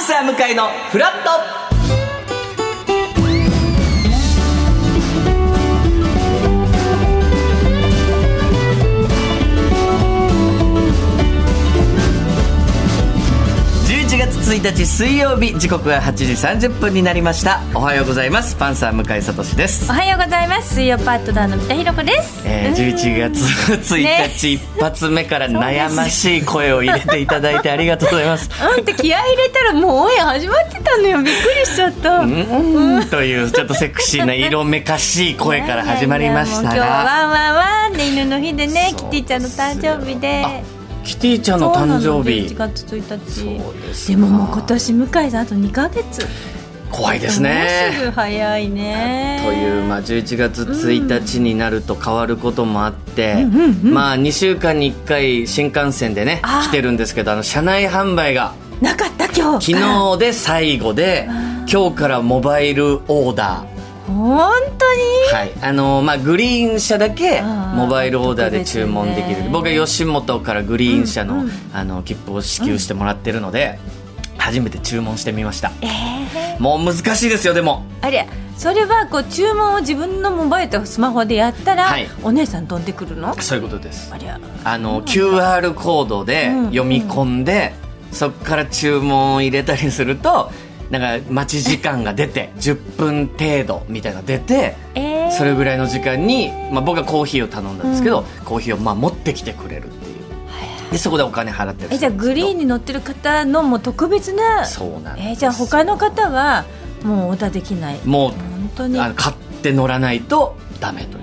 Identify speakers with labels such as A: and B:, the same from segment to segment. A: 生のフラット11月1日水曜日時刻は8時30分になりましたおはようございますパンサー向井聡です
B: おはようございます水曜パートナーの三田ひろ子です、
A: えー、11月1
B: ね
A: 日一発目から悩ましい声を入れていただいてありがとうございます。
B: あんた気合い入れたらもう応援始まってたのよびっくりしちゃった
A: うーんというちょっとセクシーな色めかしい声から始まりました
B: いやいやもう今日
A: が
B: はワンワンワンで犬の日でね
A: そう
B: キティちゃんの誕生日で
A: あキティちゃんの誕生日
B: そうなの11月1日
A: そうですか
B: でももう今年向井さんあと2ヶ月
A: 怖いです
B: もうす
A: ね。
B: ぐ早いね
A: という、まあ、11月1日になると変わることもあって、
B: うんうんうん
A: まあ、2週間に1回新幹線でね
B: あー
A: 来てるんですけどあの車内販売が
B: なかった今日
A: 昨日で最後で今日からモバイルオーダー。
B: 本当に
A: はい、あのーまあグリーン車だけ
B: あー
A: モバイルオーダーで注文でき
B: 特別
A: る、
B: ね
A: 僕は吉本からグリーン車の,、
B: うんうん
A: あの切符を支給してもらってるので、初めて注文してみました
B: えー
A: もう難しいですよでも
B: あれそれはこう注文を自分のモバイルとスマホでやったら、
A: はい
B: お姉さん飛んでくるの
A: そういうことです
B: ありゃ
A: あの QR コードで
B: うん
A: 読み込んで、そこから注文を入れたりするとなんか待ち時間が出 て10分程度みたいなの出て
B: えー、
A: それぐらいの時間に、まあ、僕はコーヒーを頼んだんですけど、コーヒーをまあ持ってきてくれるっていうでそこでお金払ってる
B: えじゃあグリーンに乗ってる方のもう特別な
A: そうなんです
B: えじゃあ他の方はもうオーダーできない
A: もう
B: 本当に
A: あの買って乗らないとダメと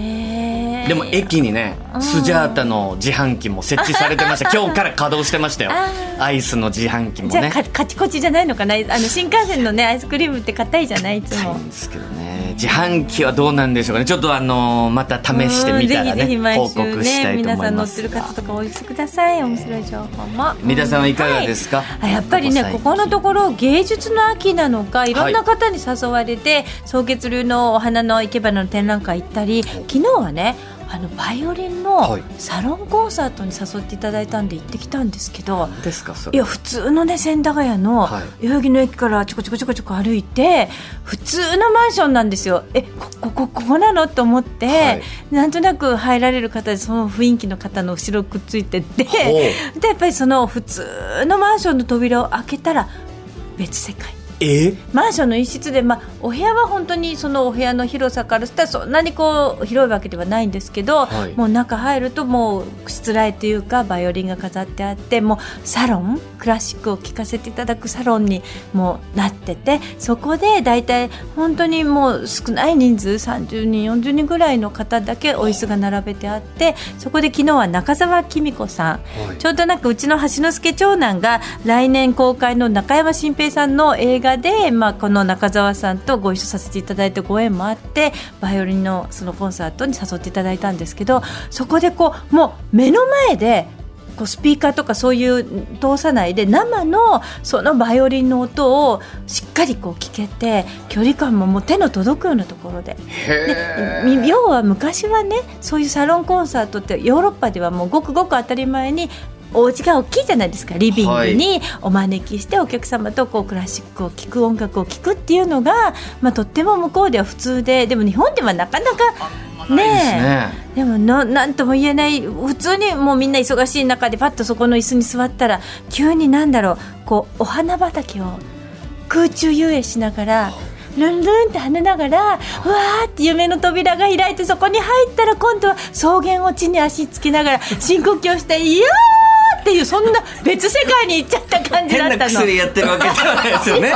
A: いう
B: えー、
A: でも駅にね
B: うん
A: スジャータの自販機も設置されてました 今日から稼働してましたよ
B: あ
A: アイスの自販機も
B: じゃあ
A: ね
B: かカチコチじゃないのかなあの新幹線のねアイスクリームって硬いじゃないいつ
A: 高
B: も
A: いんですけどね自販機はどうなんでしょうかねちょっとあのまた試してみたら
B: うんぜひぜひ
A: ね
B: 毎
A: 報
B: 週
A: 告した
B: ね
A: いと
B: 皆
A: 思
B: さ
A: い
B: ん乗
A: ま
B: って
A: す
B: る方とかお寄せください面白い情報も
A: 三田さんはいかがですか、
B: あやっぱりねここのところ芸術の秋なのかいろんな方に誘われて草月流のお花の生け花の展覧会行ったり昨日はねあのバイオリン
A: は
B: の
A: い
B: サロンコンサートに誘っていただいたんで行ってきたんですけど。
A: ですかそ
B: い
A: れ
B: や普通のね千駄ヶ谷の
A: はい
B: 代々木の駅からちょこちょこちょこちょこ歩いて普通のマンションなんですよえこここここなのと思って、
A: はい
B: なんとなく入られる方でその雰囲気の方の後ろくっついてって
A: ほう
B: でやっぱりその普通のマンションの扉を開けたら別世界
A: え
B: マンションの一室で、まあ、お部屋は本当にそのお部屋の広さからしたらそんなにこう広いわけではないんですけど、
A: はい
B: もう中入るともうしつらえというかバイオリンが飾ってあってもうサロンクラシックを聴かせていただくサロンにもうなっててそこで大体本当にもう少ない人数30人40人ぐらいの方だけお椅子が並べてあってそこで昨日は中澤紀美子さんちょうどなんかうちの橋之助長男が来年公開の中山新平さんの映画で、まあ、この中澤さんとご一緒させていただいたご縁もあってバイオリンのそのコンサートに誘っていただいたんですけどそこでこうもう目の前でこうスピーカーとかそういう通さないで生のそのバイオリンの音をしっかりこう聞けて距離感ももう手の届くようなところで
A: へ
B: み要は昔はねそういうサロンコンサートってヨーロッパではもうごくごく当たり前にお家が大きいじゃないですかリビングにお招きしてお客様とこうクラシックを聴く音楽を聴くっていうのが、まあ、とっても向こうでは普通ででも日本ではなかなか
A: えないですね
B: でものなんとも言えない普通にもうみんな忙しい中でパッとそこの椅子に座ったら急になんだろうこうお花畑を空中遊泳しながらルンルンって跳ねながらうわーって夢の扉が開いてそこに入ったら今度は草原を地に足つきながら深呼吸をして「いやー!」っていうそんな別世界に行っちゃった感じだ
A: 変
B: った
A: な
B: の。
A: 薬やってるわけじゃないですよね。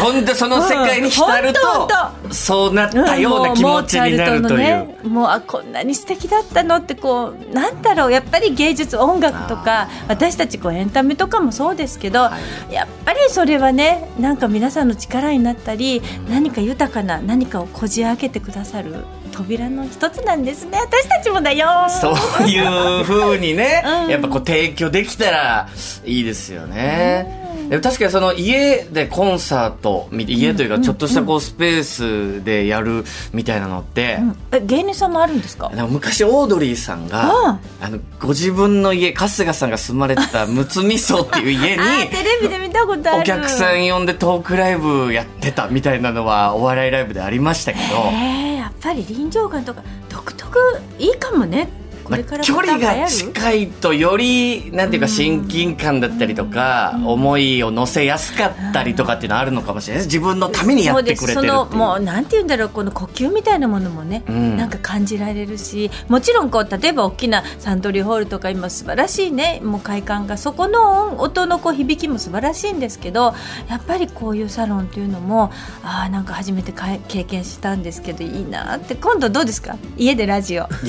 A: 本当その世界に浸る
B: うんほんとほ
A: と、そうなったような気持ちになるという。
B: もうあこんなに素敵だったのってこうなんだろうやっぱり芸術音楽とか私たちこうエンタメとかもそうですけど、やっぱりそれはねなんか皆さんの力になったり何か豊かな何かをこじ開けてくださる扉の一つなんですね私たちもだよ
A: そういう風にね
B: う、ん
A: やっぱこう提供できたらいいですよね。でも確かにその家でコンサートみ家というかちょっとしたこうスペースでやるみたいなのって、
B: うんえ芸人さんもあるんですか
A: なんか昔オードリーさんが、
B: うん
A: あのご自分の家春日さんが住まれて たむつみ荘っていう家に
B: あーテレビで見たことある
A: お客さん呼んでトークライブやってたみたいなのはお笑いライブでありましたけど。
B: えー、やっぱり臨場感とか独特いいかもねこ
A: まあ
B: れから
A: 距
B: また
A: 離
B: 流行
A: が
B: る
A: 近いとよりなんていうか親近感だったりとか思いを乗せやすかったりとかっていうのはあるのかもしれないです自分のためにやってくれてる
B: そ
A: っ
B: う
A: て
B: です
A: い
B: その
A: う
B: もうなんて言うんだろうこの呼吸みたいなものもね、
A: うん
B: なんか感じられるしもちろんこう例えば大きなサントリーホールとか今素晴らしいねもう快感がそこの音音のこう響きも素晴らしいんですけどやっぱりこういうサロンっていうのもああなんか初めてかい経験したんですけどいいなって今度どうですか家でラジオ
A: ラジオ
B: 向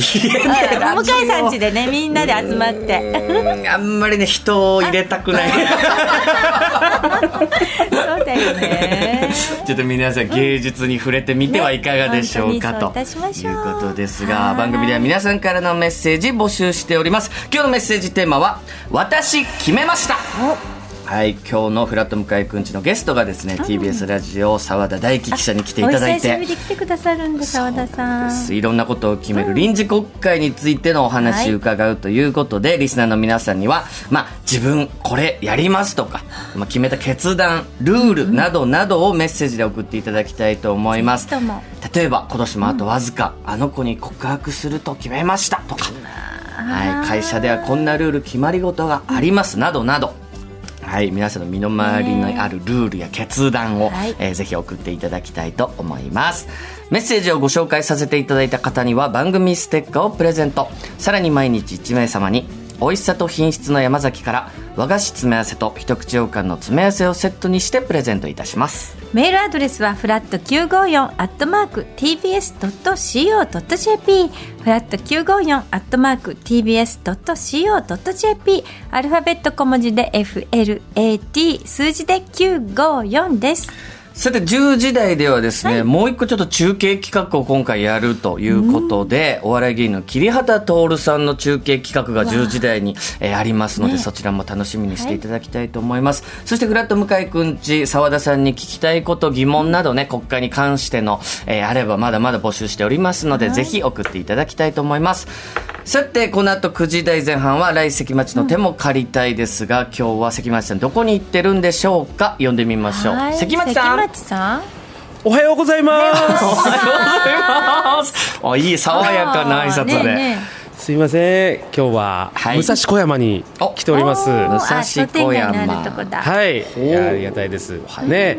B: 井さん家でねみんなで集まって。
A: うんあんまりね人を入れたくない
B: そうだよ ね
A: ちょっと皆さん芸術に触れてみてはいかがでしょうか
B: ね
A: と
B: 本当にそういたしましょう
A: いうことです
B: は
A: が
B: い
A: 番組では皆さんからのメッセージ募集しております今日のメッセージテーマは「私決めました」はい今日の「フラット向井くんち」のゲストがですね TBS ラジオ澤田大樹記者に来ていただい
B: お久してぶりに来てくださるんで澤田さん
A: ですいろんなことを決める臨時国会についてのお話を伺うということで、リスナーの皆さんには、まあ、自分これやりますとか、まあ、決めた決断ルールなどなどをメッセージで送っていただきたいと思います。
B: どうも
A: 例えば今年もあとわずか、あの子に告白すると決めましたとか、はい、会社ではこんなルール決まり事がありますなどなど。はい、皆さんの身の回りにあるルールや決断を、
B: はい
A: えーぜひ送っていただきたいと思いますメッセージをご紹介させていただいた方には番組ステッカーをプレゼントさらに毎日1名様に美味しさと品質の山崎から和菓子詰め合わせと一口羊羹の詰め合わせをセットにしてプレゼントいたします
B: メールアドレスはフラット954アットマーク tbs.co.jp フラット954アットマーク tbs.co.jp アルファベット小文字で FLAT 数字で954です
A: さて10時台ではですね、もう一個ちょっと中継企画を今回やるということで、お笑い芸人の桐畑徹さんの中継企画が10時台に、えーありますので、そちらも楽しみにしていただきたいと思います、そしてフラット向井くんち澤田さんに聞きたいこと疑問などね国会に関しての、えーあればまだまだ募集しておりますので、ぜひ送っていただきたいと思いますさてこの後9時台前半は来関町の手も借りたいですが、今日は関町さんどこに行ってるんでしょうか呼んでみましょう
B: はい
A: 関町さん
B: 関町さん
C: おはようございま
A: おはようございます。 あ、いい爽やかな挨拶
B: あー
A: で。
B: ね
C: す。すいません、今日は、
A: はい
C: 武蔵小山に
A: お
C: 来ております。
B: えねえ
C: は
A: 武蔵小山
B: あ商店街のあるとこだ
C: い、いやありがたいです。ね、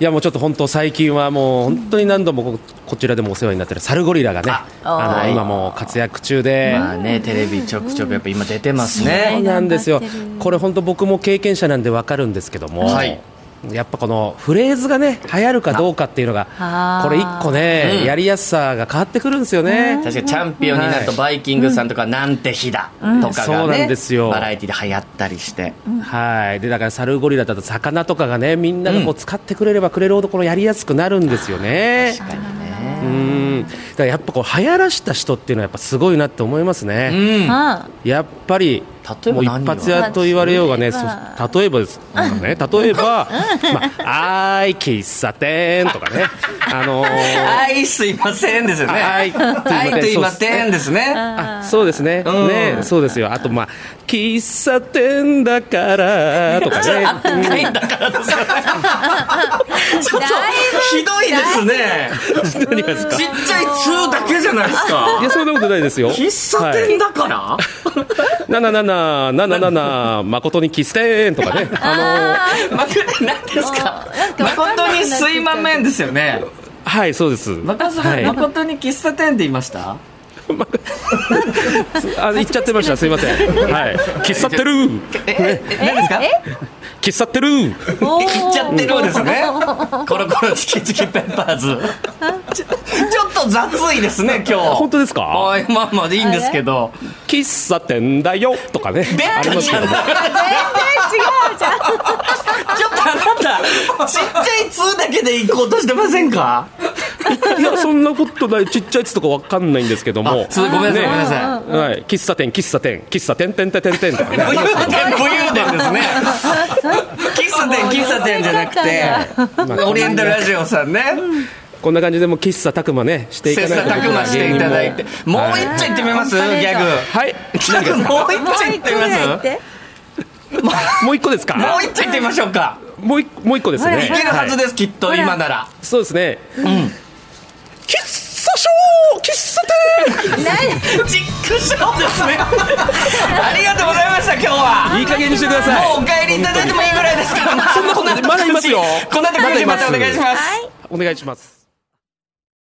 C: いやもうちょっと本当最近はもう本当に何度もここちらでもお世話になってるサルゴリラがね、
B: あ
C: あ
A: は
C: の
A: い
C: 今もう活躍中で。
A: まあね、テレビちょくちょくやっぱ今出てます
C: そう
A: ね。
C: なんですよ
B: 頑張ってる
C: これ本当僕も経験者なんでわかるんですけども、
A: はい
C: やっぱこのフレーズがね流行るかどうかっていうの
B: あ
C: が
B: ー
C: これ一個ね、やりやすさが変わってくるんですよね。
A: 確かにチャンピオンになると
C: はい
A: バイキングさんとかなんて日だとか
C: そ
A: が
C: うなん
A: ね、
C: ですよ
A: バラエティで流行ったりして。
C: はい、でだからサルゴリラだと魚とかがねみんながこう使ってくれればくれるほどこのやりやすくなるんですよね。
A: 確かにね。
C: うんだからやっぱこう流行らした人っていうのはやっぱすごいなって思います
A: う
C: ね。
A: ん。
B: あ
C: やっぱり
A: 例えば
C: もう一
A: 何
C: 発屋と言われようがね、
B: 例
C: そ
B: え
C: う
B: ば
C: 例えばです、ね、例えば、まあ、あい喫茶店と かね、あのー
A: はい、すいませんですよね。
C: は
A: はい、
C: い
A: と言いませんですね。
C: あそうですね、
A: うん
C: ね、そうですよ、あとまあ、喫茶店だからとかね、
A: ないんだからですよね ちょっと
B: だい
A: ひどいですね。
C: 何がですか
A: ちっちゃい2だけじゃないですか
C: い。や、そんなことないですよ。
A: 喫茶店だから、
C: なななななななな誠に喫茶店とかね。あ
A: まくなんですか
B: なんかわかんなく
A: 誠
B: なって
A: に
B: きた
A: すいまめんですよね
C: のはい、そうです。
A: 誠さん
C: はい、あ
A: 誠に喫茶店って言いました
C: 言っちゃってました。すいません。はい、喫茶ってる、
A: えええ何ですか
C: 喫茶ってる。
B: おー
A: 言っちゃってるんですねコロコロチキチキペッパーズ ちょちょっと雑いですね今日
C: 本当ですか。
A: おいまあまあいいんですけど
C: 喫茶店だよとかね。ありますけども。
A: ちょっとあなたちっちゃい2だけで行こうとしてませんか
C: いやそんなことないちっちゃいやつとかわかんないんですけども
A: あすごいごめんなさい、
C: ね
A: ごめんなさい。
C: はい、喫茶店喫茶店喫茶店店店店店とかね
A: 武勇伝、武勇伝ですね。喫茶店、喫茶店じゃなくて、オリエンタルラジオさんね、
C: こんな感じでもう喫茶たくまねしていか
A: 切
C: ない
A: 磋
C: と
A: 琢磨していただいて、もう一丁いってみますギ
B: はい
A: ャグ。
C: はい
A: ギャグ、もう一
B: もう
A: 丁い
B: 一
A: っ
B: 個
A: て
B: ぐ
A: みま
B: らい言っ
A: す
B: て。
C: もう一個ですか
A: もう一丁いってみましょうか。
C: もう一もう一個ですね
B: ほら
A: いけるはず
C: はい
A: です、きっと、今なら。
C: そうですね喫茶ショー喫茶店
A: チックショーですね。 ありがとうございました、今日は。
C: いい加減にしてください
A: もうお帰 りいただいてもいいぐらいですから、
C: そんなことないまだいますよ
A: この後9時またお願いします。
C: お願いします